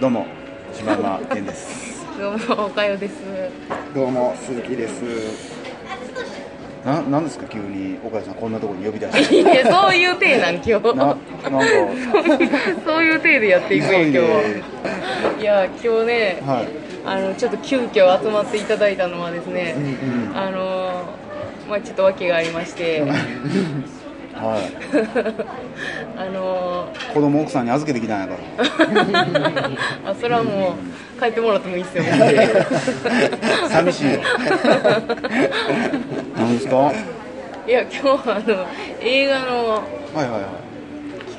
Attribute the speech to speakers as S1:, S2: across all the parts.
S1: どうも島山健です。
S2: どうも、おかよです。
S3: どうも鈴木です。
S1: ななんですか急に岡谷さんこんなところに呼び出 して。
S2: いや、そういう体なん、今日。
S1: ななんか
S2: そういう体でやっていくんや、今日は。いや、今日ね、
S1: はい。
S2: あの、ちょっと急遽集まっていただいたのはですね。
S1: うん
S2: あの、まあ、ちょっと訳がありまして。
S1: は
S2: あの、
S1: い。子供奥さんに預けてきたんやから。
S2: あ、それはもう、帰ってもらってもいいですよ。
S1: 寂しいよ。なんですか。はい
S2: いや、今日は、あの、映画の。
S1: はいはい。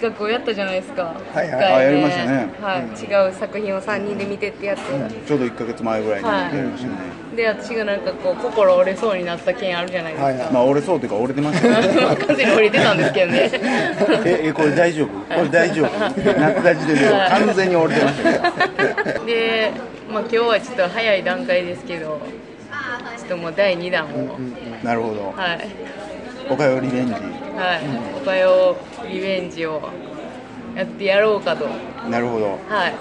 S2: 企画をやったじゃないですか。
S3: はいはい
S2: 一回
S1: あやりましたね
S2: はい、違う作品を三人で見てってやって。
S1: ちょうど一ヶ月前ぐらいにやりましたね。
S2: で私がなんかこう心折れそうになった件あるじゃないですか、
S3: はいはい
S1: まあ折れそうというか折れてましたよ、ね。
S2: 完全に折れてたんですけどね
S1: ええこれ大丈夫？これ大丈夫？泣くた時点で完全に折れてましたけど。
S2: で、まあ、今日はちょっと早い段階ですけどちょっともう第2弾を、
S1: なるほど。
S2: はい
S1: 岡谷リベンジ。
S2: はい「おかよリベンジ」をやってやろうかと
S1: なるほど。
S2: はい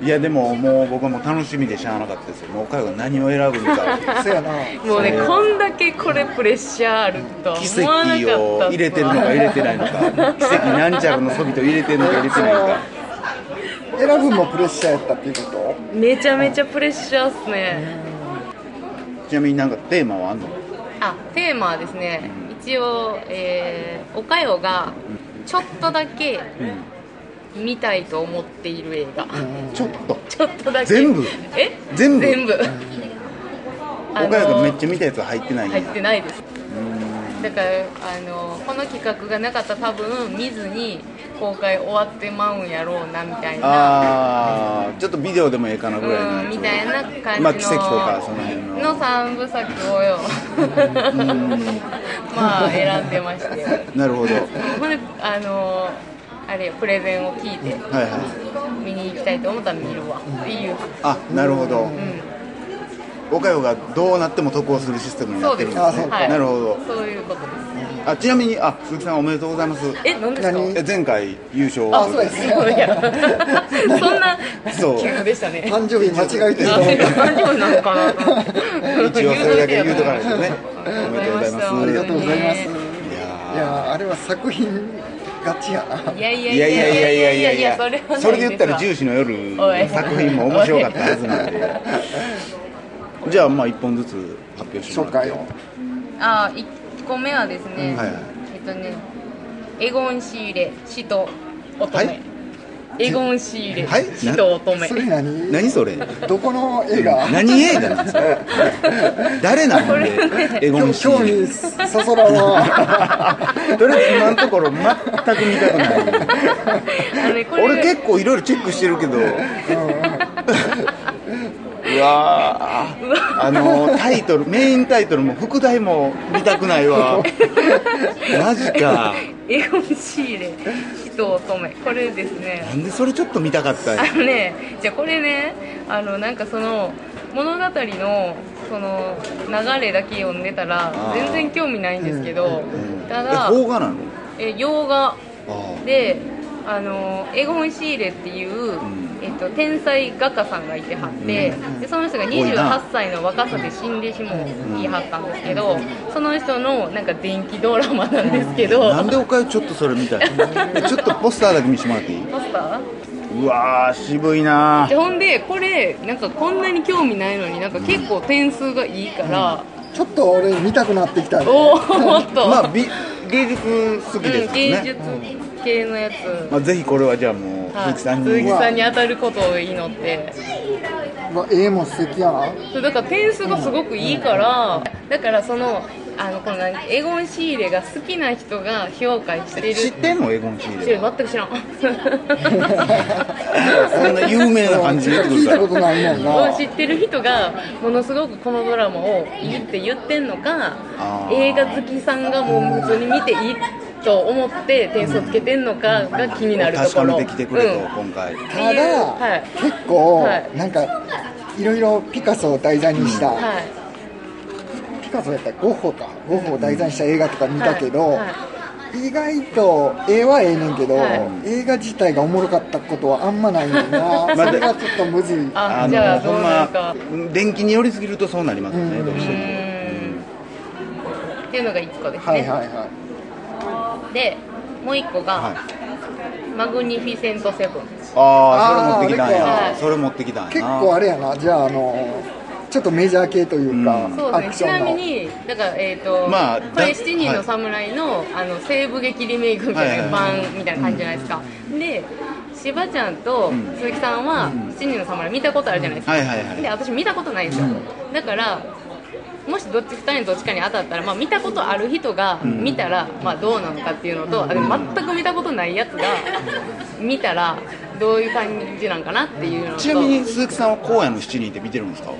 S1: いやでももう僕はもう楽しみでしゃあなかったですよもう岡山が何を選ぶ のか
S3: せやな。
S2: もうねこんだけこれプレッシャーあるとは
S1: 奇
S2: 思わなかった
S1: 跡を入れてるのか入れてないのか奇跡なんちゃらのそびと入れてるのか入れてないのか
S3: 選ぶもプレッシャーやったっていうこ
S2: めちゃめちゃプレッシャーっすね
S1: ちなみになんかテーマはあんの
S2: あテーマはですね一応、えー、おかよがちょっとだけ見たいと思っている映画、
S1: ちょっと
S2: ちょっとだけ
S1: 全部
S2: え
S1: 全部
S2: 全部
S1: 岡山がめっちゃ見たやつは入ってないん
S2: 入
S1: や
S2: ってないですだからあのこの企画がなかったら多分見ずに公開終わってまうんやろうなみたいな
S1: あーちょっとビデオでもええかなぐらいの
S2: うん
S1: やつ
S2: みたいな感じの
S1: まあ奇跡とかその辺の
S2: の3部作をよ まあ選んでまして
S1: なるほどはい
S2: ほんであのあれよプレゼンを聞いて
S1: はい
S2: 見に行きたいと思ったら見るわっていう、
S1: あなるほど
S2: う
S1: 岡山がどうなっても得をするシステム
S2: ん、
S1: に
S2: そ
S1: な
S2: う
S1: って
S2: で
S1: るん
S2: す、
S1: ですね
S2: はい、
S1: なるほど
S2: そういうことです
S1: あちなみにあ鈴木さんおめでとうございます
S2: え何ですか
S3: 何
S1: え前回優勝
S3: あそうですね
S2: そうやそんな
S1: そう
S2: 急でしたね
S3: と。誕生日間違えてると
S2: あ
S3: 思って。
S2: 大丈夫なのかなと思って
S1: 一応それだけ言うとかないとねおめでとうございます
S3: ありがとうございます。い
S1: いや
S3: やあれは作品勝ちやな。
S2: いやい
S1: ー
S2: や
S1: い
S2: い
S1: や
S2: や
S1: い
S2: い
S1: や
S2: や
S1: いやい
S2: い
S1: や
S2: や
S1: い
S2: い
S1: や
S2: や
S1: い
S2: い
S1: や
S2: や
S1: そ
S2: そ
S1: れ
S2: れ
S1: で言ったら重
S2: 視
S1: 視の夜
S2: おい
S1: 作品も面白かったはずなんでじゃあまあ1本ずつ発表しま
S3: 紹
S1: すは
S3: 介
S1: い
S3: を。
S2: あ一個目はですね、
S1: はい
S2: えっとねエゴン仕入れ使徒乙女、
S1: はい
S2: エゴン仕入れ
S1: はい
S2: 使徒乙女
S3: それ何？
S1: 何それ
S3: どこの映画？
S1: 何映画なんですか誰なのねエゴンシ
S3: 興
S1: ー
S3: 味そそらんわ。
S1: とりあえず今のところ全く見たくない
S2: あのねこれ
S1: 俺結構いろいろチェックしてるけど うわーあのタイトルメインタイトルも副題も見たくない わマジか
S2: エゴン仕入れ使徒乙女これですね
S1: なんでそれちょっと見たかったんや
S2: あのね、じゃあこれね、あのなんかその物語のその流れだけ読んでたら
S1: あー
S2: 全然興味ないんですけど、ただ
S1: え邦画なの
S2: え洋画
S1: あ
S2: であのエゴン・シーレっていう、
S1: ん
S2: えっと、天才画家さんがいてはって、でその人が
S1: いな
S2: 28歳の若さで死んでしも言いはったんですけど、その人のなんか電気ドラマなんですけど、
S1: あなんでおかゆちょっとそれ見たいえちょっとポスターだけ見せてもらっていい
S2: マスター
S1: うわー渋いな
S2: でほんでこれなんかこんなに興味ないのになんか結構点数がいいから、
S3: ちょっと俺見たくなってきた。
S2: おおっと、
S1: まあ美芸術好き
S2: うん
S1: です
S2: 芸
S1: よ
S2: 術
S1: ね、
S2: 系のやつ、
S1: まあ、ぜひこれはじゃあもう
S2: はい
S1: 鈴木さんに
S2: 鈴木さんに当たることを祈って
S3: ま絵も素敵やな。
S2: そうだから点数がすごくいいからだからそのあのこの何エゴン・シーレが好きな人が評価してる
S1: 知ってんのエゴン・シー
S2: 知
S1: レ
S2: る全く知 らん
S1: そんな有名な感じで言って
S3: 聞い
S1: く
S3: たこ
S1: る
S3: と
S1: から
S3: ないもんな。
S2: 知ってる人がものすごくこのドラマをいいって言ってんのか
S1: あー
S2: 映画好きさんがもう普通に見ていいと思って点数つけてんのかが気になると
S1: 確
S2: こ
S1: か
S2: ろ
S1: めてきてくれと、
S2: うん
S1: 今回
S3: ただ、
S2: はい
S3: 結構、
S2: はい
S3: なんかいろいろピカソを題材にした、
S2: はい
S3: ピカソやったらゴッホかゴッホを題材にした映画とか見たけど、
S2: はいはい
S3: 意外と絵はええねんけど、
S2: は
S3: 映画自体がおもろかったことはあんまないねん な
S1: まあ
S3: それがちょっとむずい
S2: あ
S1: あ
S2: じゃあ
S1: の
S2: ど
S1: ほ
S2: うんなるか
S1: ま電気に寄りすぎるとそうなりますよね、
S3: うん
S1: どうしても
S2: っていうのが1個ですね、
S3: はいはいはい
S2: でもう1個が、
S1: はい
S2: マグニフィセントセブン
S1: ああそれ持ってきたん
S2: あ
S1: や
S2: れか
S1: それ持ってきたんやな
S3: 結構あれやなじゃああのちょっとメジャー系というか、
S1: うん
S2: そう
S3: ア
S2: で
S3: ク
S2: す
S3: シ
S2: ね
S3: ョ
S2: ちなみ
S3: ンの
S2: にだからえっ、と、
S1: まあ
S2: これ「七人
S1: は
S2: の
S1: い
S2: 侍の」あの西部劇リメイクみたいな
S1: はい
S2: 版みたいな感じじゃないですか、でしばちゃんと
S1: ん
S2: 鈴木さんは
S1: ん
S2: 「七人の侍」見たことあるじゃないですか、
S1: はいはいはい
S2: で私見たことないんですよ、だからもしどっち2人のどっちかに当たったら、まあ、見たことある人が見たら、まあ、どうなのかっていうのとあでも全く見たことないやつが見たらどういう感じなんかなっていうのと
S1: ちなみに鈴木さんは荒野の七人って見てるんですか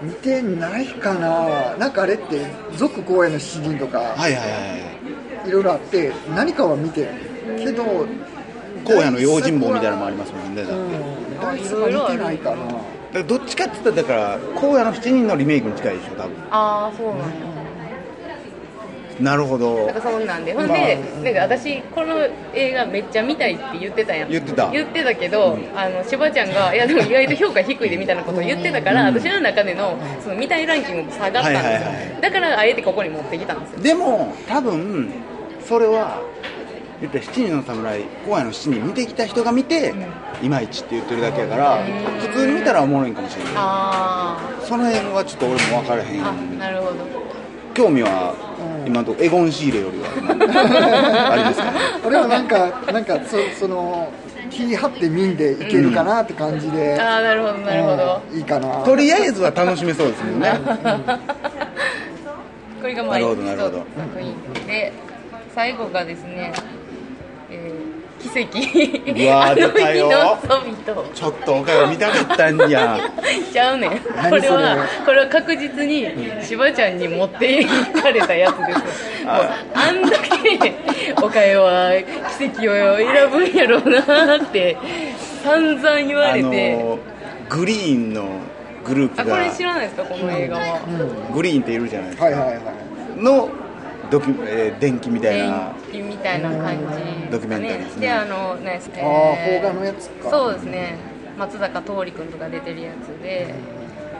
S3: 見てないかななんかあれって続公演の詩人とか
S1: はいはいはいはい
S3: いろいろあって何かは見てるけど
S1: 荒野の用心棒みたいなのもありますもんねだって
S3: うん大豆は見てないかな
S1: だからどっちかって言ったらだから荒野の七人のリメイクに近いでしょ多分
S2: ああそうなんや
S1: なるほど
S2: なんかそんなんで、ほんで、なんか私、この映画めっちゃ見たいって言ってたやん。
S1: 言ってた
S2: 言ってたけど、あの、しばちゃんが、いやでも意外と評価低いでみたいなことを言ってたから、私の中での、その見たいランキングも下がったんですよ。
S1: はいはいは
S2: だから、あえてここに持ってきたんですよ。
S1: でも多分それは言ったら七人の侍荒野の七人見てきた人が見て、いまいちって言ってるだけやから普通に見たらおもろいんかもしれない
S2: あ
S1: その辺はちょっと俺も分からへ
S2: ー、あ、
S1: ん
S2: なるほど。
S1: 興味は今のとこエゴン・シーレよりは 今あれですかね
S3: 俺はなんかなんかそその気張って見んでいけるかなって感じで、
S2: あー、なるほど、なるほど。
S3: うんいいかな
S1: とりあえずは楽しめそうですもんね
S2: これが毎
S1: なるほ
S2: 日
S1: どなるほど
S2: 作品で最後がですね、えー、奇跡
S1: うわー
S2: あの
S1: 出たよ
S2: 日の人
S1: ちょっとおかよ見たかったんや
S2: 々 ちゃうねんこ
S3: 何
S2: れは
S3: そ
S2: これは確実にしばちゃんに持っていかれたやつですもう
S1: あ
S2: あんだけおかよは奇跡を選ぶんやろうなって散々言わ
S1: あ
S2: れ
S1: の
S2: て、
S1: ーグリーンのグルー
S2: あ
S1: プ
S2: こ
S1: が
S2: れ知らないですかこの映画は、
S1: グリーンっているじゃないですか
S3: はいはいはい
S1: のドキュ、えー電気みたいな
S2: 電気みたいな感じ、
S1: ドキュメンタリーですね
S2: であの何ですか、
S3: ああ邦画のやつか
S2: そうですね松坂桃李君とか出てるやつで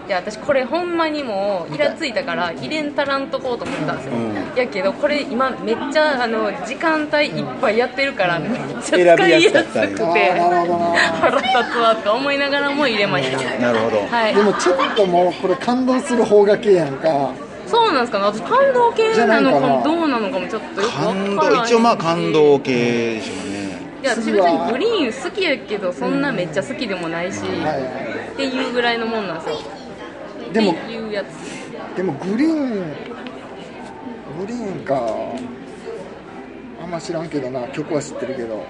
S2: いや私これほんまにもうイラついたから入れんたらんとこうと思ったんですよ、
S1: うん
S2: やけどこれ今めっちゃあの時間帯いっぱいやってるからめっち
S1: 選び
S2: ゃ
S1: や
S2: 使い
S1: すか
S2: や
S1: っ
S2: すく
S1: たんや
S3: ああ
S2: て
S3: ーなるほどな
S2: 腹立つわと思いながらも入れました
S1: なるほど、
S2: はい
S3: でもちょっともうこれ感動する邦画系やんか
S2: そうなんですかね私感動系なのか
S3: じゃないかな
S2: もどうなのかもちょっとよくわからない
S1: 感動一応まあ感動系でしょうね、
S2: いや私別にグリーン好きやけどそんなめっちゃ好きでもないし、
S3: はいは
S2: っていうぐらいのもんなんですよ
S3: いでも
S2: っていうやつ
S3: でもグリーングリーンかあんま知らんけどな曲は知ってるけど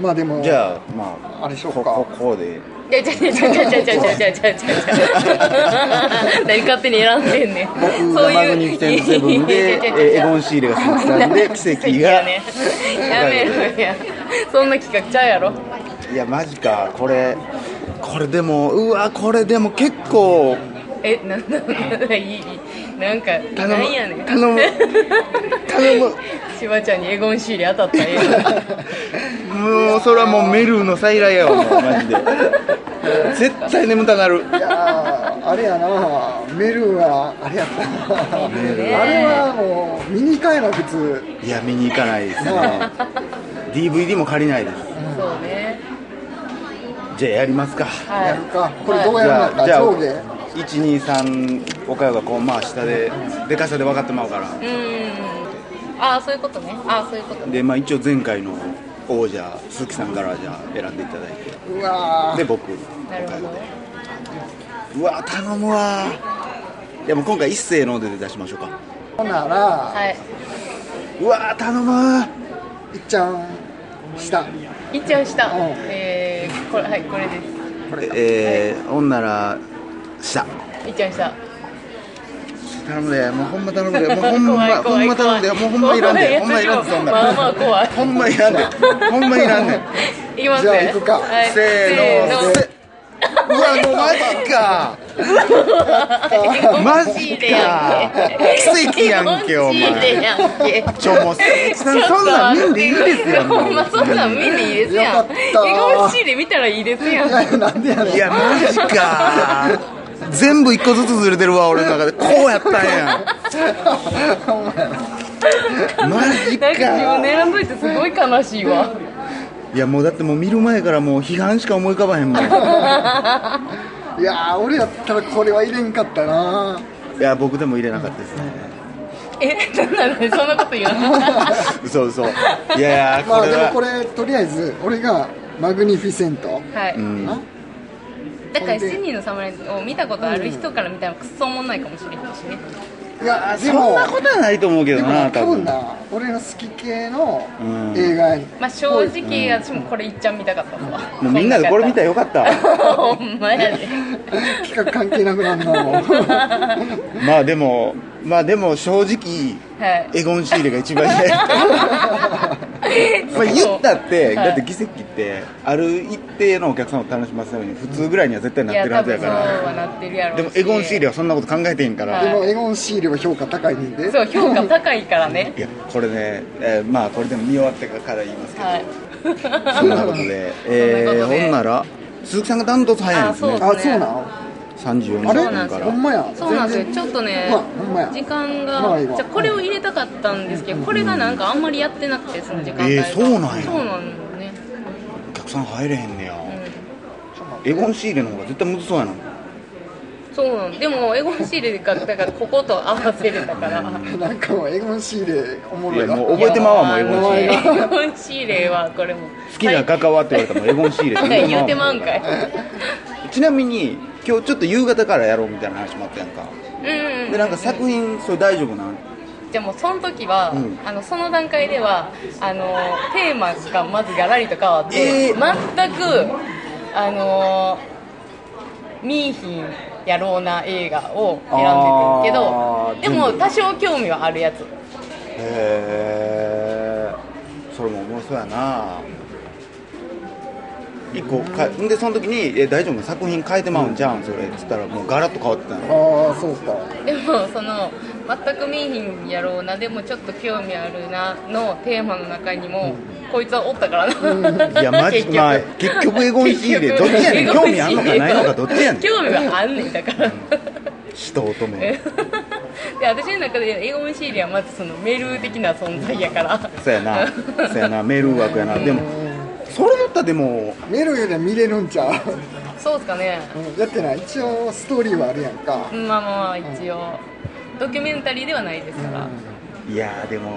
S3: まあでも
S1: じゃあまあ
S3: あれしよう
S1: こ
S3: か
S1: ここうで
S2: いやちゃちゃちゃちゃちゃちゃちゃちゃちゃちゃ何勝手に選んでんねん
S1: 僕がマグニフィセントセブンで
S2: いやいやいやいや
S1: えーエゴン・シーレが鈴木 さんで奇跡が、
S2: ねやめろやそんな企画ちゃうやろ
S1: いやマジかこれこれでもうわこれでも結構
S2: えなんだいいなんか
S1: 頼む
S2: なんやねん
S1: 頼む頼む
S2: しばちゃんにエゴンシール当たったらええやん
S1: もうそれはもうメルーの再来やわもうマジで絶対眠たなる
S3: いやーあれやなメルはあれやったな
S2: ル
S3: あれはもう見に行かんやろ普 通
S1: いや見に行かないですね DVD も借りないです
S2: そうね
S1: じゃあやりますか
S2: はい
S3: やるかこれどう
S1: じ
S3: や
S1: ゃ
S3: る
S1: あ
S3: のか
S1: じゃあ
S3: 上下
S1: 123岡山がこうまあ下ででかさで分かってまうから
S2: うーんああそういうことねああそういうことね
S1: でまあ一応前回の王者鈴木さんからじゃあ選んでいただいて
S3: うわ
S1: で僕
S2: なるほど
S1: うわ頼むわいやもう今回一斉ので出しましょうか
S3: ーほんなら
S2: はいう
S1: わ頼むわ
S3: いっちゃんした
S2: 一応した、
S3: うん
S2: えー、これはいこれです
S1: えー、ほんなら下
S2: 一応した
S1: 頼むでもうほんま頼むでもうほん
S2: 怖 い
S1: まほ
S2: 怖
S1: ん
S2: い
S1: ま頼むで
S2: 怖い
S1: もうほんまいらん
S2: 怖い
S1: で
S2: や
S1: ほん
S2: つ
S1: まいらんで そんな
S2: まあまあ怖い
S1: ほんまいらんでほんまいらんで
S2: いきます
S3: じゃあ行くか
S2: はい、
S1: せーの
S2: せーの
S1: せわもうマジかマジか奇跡やんけお前 ちょもう鈴木さんそんなん見んでいいですよも
S2: ほ
S1: うん
S2: まそんなん見んでいいですやん
S3: よかっ
S2: エ
S3: た
S2: ゴシーで見たらいいですやん
S3: いや なんでやね
S1: い
S3: ん
S1: やマジか全部一個ずつずれてるわ俺の中でこうやったんやマジ
S2: なんか自分
S1: か
S2: で選んどいてすごい悲しいわ
S1: いやもうだってもう見る前からもう批判しか思い浮かばへんもん
S3: いやー俺やったらこれは入れんかったない
S1: や僕でも入れなかったですね
S2: えなんなんでそんなこと 言わな
S1: 嘘嘘いやいや
S3: ま
S1: こ
S3: あ
S1: れ
S3: でもこ
S1: は
S3: れとりあえず俺がマグニフィセント
S2: いは
S1: う
S2: い
S1: ん
S3: な
S2: だから七人の侍を見たことある人から見たらクソおもんないかもしれないしね
S3: いやで
S1: そ
S3: も
S1: んなことはないと思うけ
S3: で
S1: ど
S3: も
S1: な
S3: な
S1: 多
S3: 多
S1: 分
S3: 分な俺の好き系の
S1: うん
S3: 映画やねん
S2: まあ正直私もこれいっちゃん見たかったわ
S1: もうみんなでこれ見たらよかった わ
S2: ほんまやで
S3: 企画関係なくな るなもう
S1: まあでもまあでも正直
S2: はい
S1: エゴン仕入れが 一番嫌やまあ言ったってだって議席ってある一定のお客さんを楽しませるのに普通ぐらいには絶対なっ
S2: い
S1: て
S2: や
S1: るは
S2: 多
S1: ずや
S2: 分そ
S1: か
S2: う
S1: ら
S2: はなってるやろう
S1: でもエゴン仕入れ
S2: は
S1: はそんなこと考えてへんから
S2: はい
S3: でもエゴン・シールは評価高いねんで
S2: そう評価高いからね
S1: いやこれね、えーまあこれでも見終わってから言いますけど、
S2: はい
S1: そんなことで、え
S2: そん
S1: ー、
S2: なことで
S1: ほんなら鈴木さんがダントツ早いんです
S2: あ
S1: ね
S2: そ
S3: あそうなん
S1: 34
S3: あれ
S2: そ
S1: 分か
S2: うなんです
S1: ら
S2: よ
S3: ほんまや
S2: そうなんですよちょっとね
S3: ほんまや
S2: 時間が、
S3: ほら今
S2: じゃあこれを入れたかったんですけど、これがなんかあんまりやってなくてその時間帯が、
S1: えーそうなんや
S2: そうなんよね、
S1: お客さん入れへんねや、
S2: う
S1: エゴン仕入れの方が絶対むずそうやな、
S2: ん、そうなんでもエゴンシールがだからここと合わせれたから、
S3: なんかもうエゴン・シールおも
S1: い
S3: ろ
S1: や
S3: いな
S1: もう覚えてまうわもうエ
S2: いや
S1: ゴン仕入れ
S2: あのエゴンシールはこれも
S1: 好きな
S2: か
S1: 画家はって言われたらもうエゴン仕入れって
S2: 言うてまうんかい
S1: ちなみに今日ちょっと夕方からやろうみたいな話もあったやんか
S2: うん、うん、
S1: でなんか作品それ大丈夫なん
S2: じゃあもうその時は、
S1: うん
S2: あのその段階ではあのテーマがまずガラリと変わって、
S1: えー
S2: 全くあの見いひんやろうな映画を
S1: あ
S2: 選ん
S1: ー
S2: でてるけどでも多少興味はあるやつ
S1: へえそれも面白そうやな一個かんでその時に「え大丈夫作品変えてまうんじゃうんそれ」っつったらもうガラッと変わってたの
S3: ああそうか
S2: でもその全く見いひんやろうなでもちょっと興味あるなのテーマの中にも、こいつはおったからな、
S1: いやマジ
S2: 結局
S1: まあ結局エゴン仕入れ
S2: 結
S1: どっ
S2: 局
S1: ちやねん
S2: エゴン
S1: 興味あんのかないのかどっちやねん
S2: 興味はあんねんだから
S1: 人乙女
S2: で私の中 で英語シーリはまずそのメル的な存在やから
S1: そうやなそうやなメール枠やなでもそれだったらでも
S3: メロよりは見れるんちゃう
S2: そうっすかね
S3: うんやってない一応ストーリーはあるやんか
S2: まあまあまあ一応ドキュメンタリーではないですから
S1: いやーでも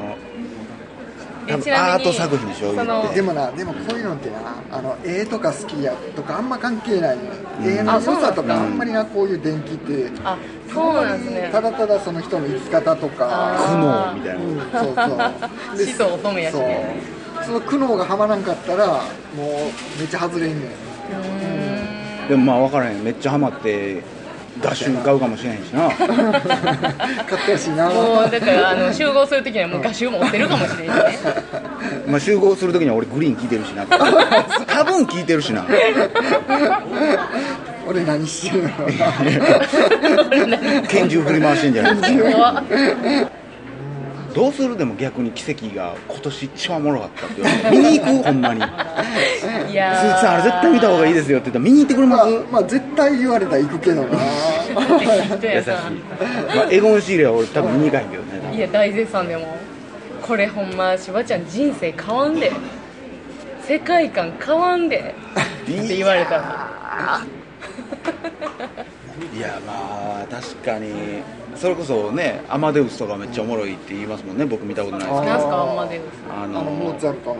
S2: え
S1: 多
S2: ち
S1: 分
S2: なみに
S1: アート作品でしょ
S2: その
S1: 言って
S3: でもなでもこういうのってなあの絵とか好きやとかあんま関係ないね
S1: ん
S3: 絵の良さとか
S1: あそうなんだ
S3: あんまりなこういう電気って
S2: あそうなんですね
S3: ただただその人の生き方と
S1: 苦
S3: か
S2: あ
S1: 悩みたいな
S3: うんそう そうで
S2: 子孫乙女やしね
S3: そうその苦悩がはまらんかったらもうめっちゃ外れんねん
S2: うーん
S1: でもまあ分からへんめっちゃハマって画集買うかもしれへんしな
S3: 買ってほしいな
S2: もうだからあの集合する時にはもう画集持ってるかもしれ ないしね
S1: まあ集合するときには俺グリーン聞いてるし な多分聞いてるしな
S3: 俺何してるの
S1: 拳銃振り回してんじゃないですか
S2: 怖っ
S1: どうするでも逆に奇跡が今年一番おもろかったって言われて見に行くほんまに鈴
S2: い
S1: 木
S2: やー
S1: さんあれ絶対見た方がいいですよって言ったら見に行ってくれま
S3: ますあまあ絶対言われたら行くけど な
S2: 人
S1: 優
S2: や
S1: しい、
S2: な
S1: まあ、エゴン仕入れは俺多分見に行かへんけどね
S2: いや大絶賛でもこれほんましばちゃん人生変わんで世界観変わんでって言われたら
S1: いやまあ確かにそれこそねアマデウスとかめっちゃおもろいって言いますもんね僕見たことないですけ
S2: なんすか
S3: あー
S2: あんまで
S1: どあ
S3: あのモ
S1: の
S3: ーツァルト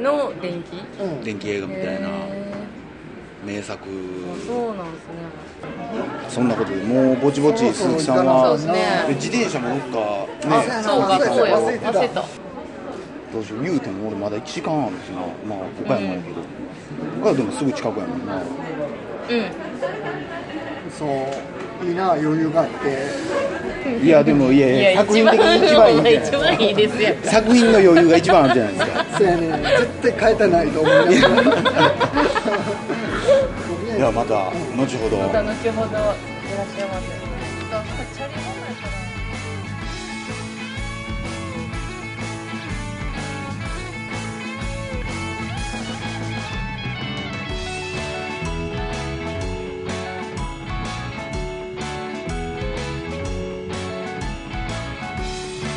S3: の、
S2: の電気
S3: うん、
S1: 電気映画みたいな
S2: へ
S1: 名作
S2: ーそうなんですね
S1: そんなことでもうぼちぼち鈴木さん
S2: そう
S1: は
S2: ですね
S1: 自転車もどっか
S3: あ
S1: ね
S2: そうかそうや
S3: 忘れてた
S2: 忘れてた
S1: どうしよう言うても俺まだ1時間あるしなまあ岡山やけど岡山でもすぐ近くやもんな
S2: う
S3: そういいな余裕があって
S1: いやでもい
S2: んい
S1: やいや
S2: や
S1: 作
S2: 一
S1: 品
S2: 番
S1: 的に一番いいんじゃない
S2: 一番いいですやん
S1: 作品の余裕が一番あるじゃないですか
S3: そうやね絶対変えたないと思いながらとりあえず
S1: ではまた後ほど
S2: また後ほどいらっしゃいませ。えっとチャリ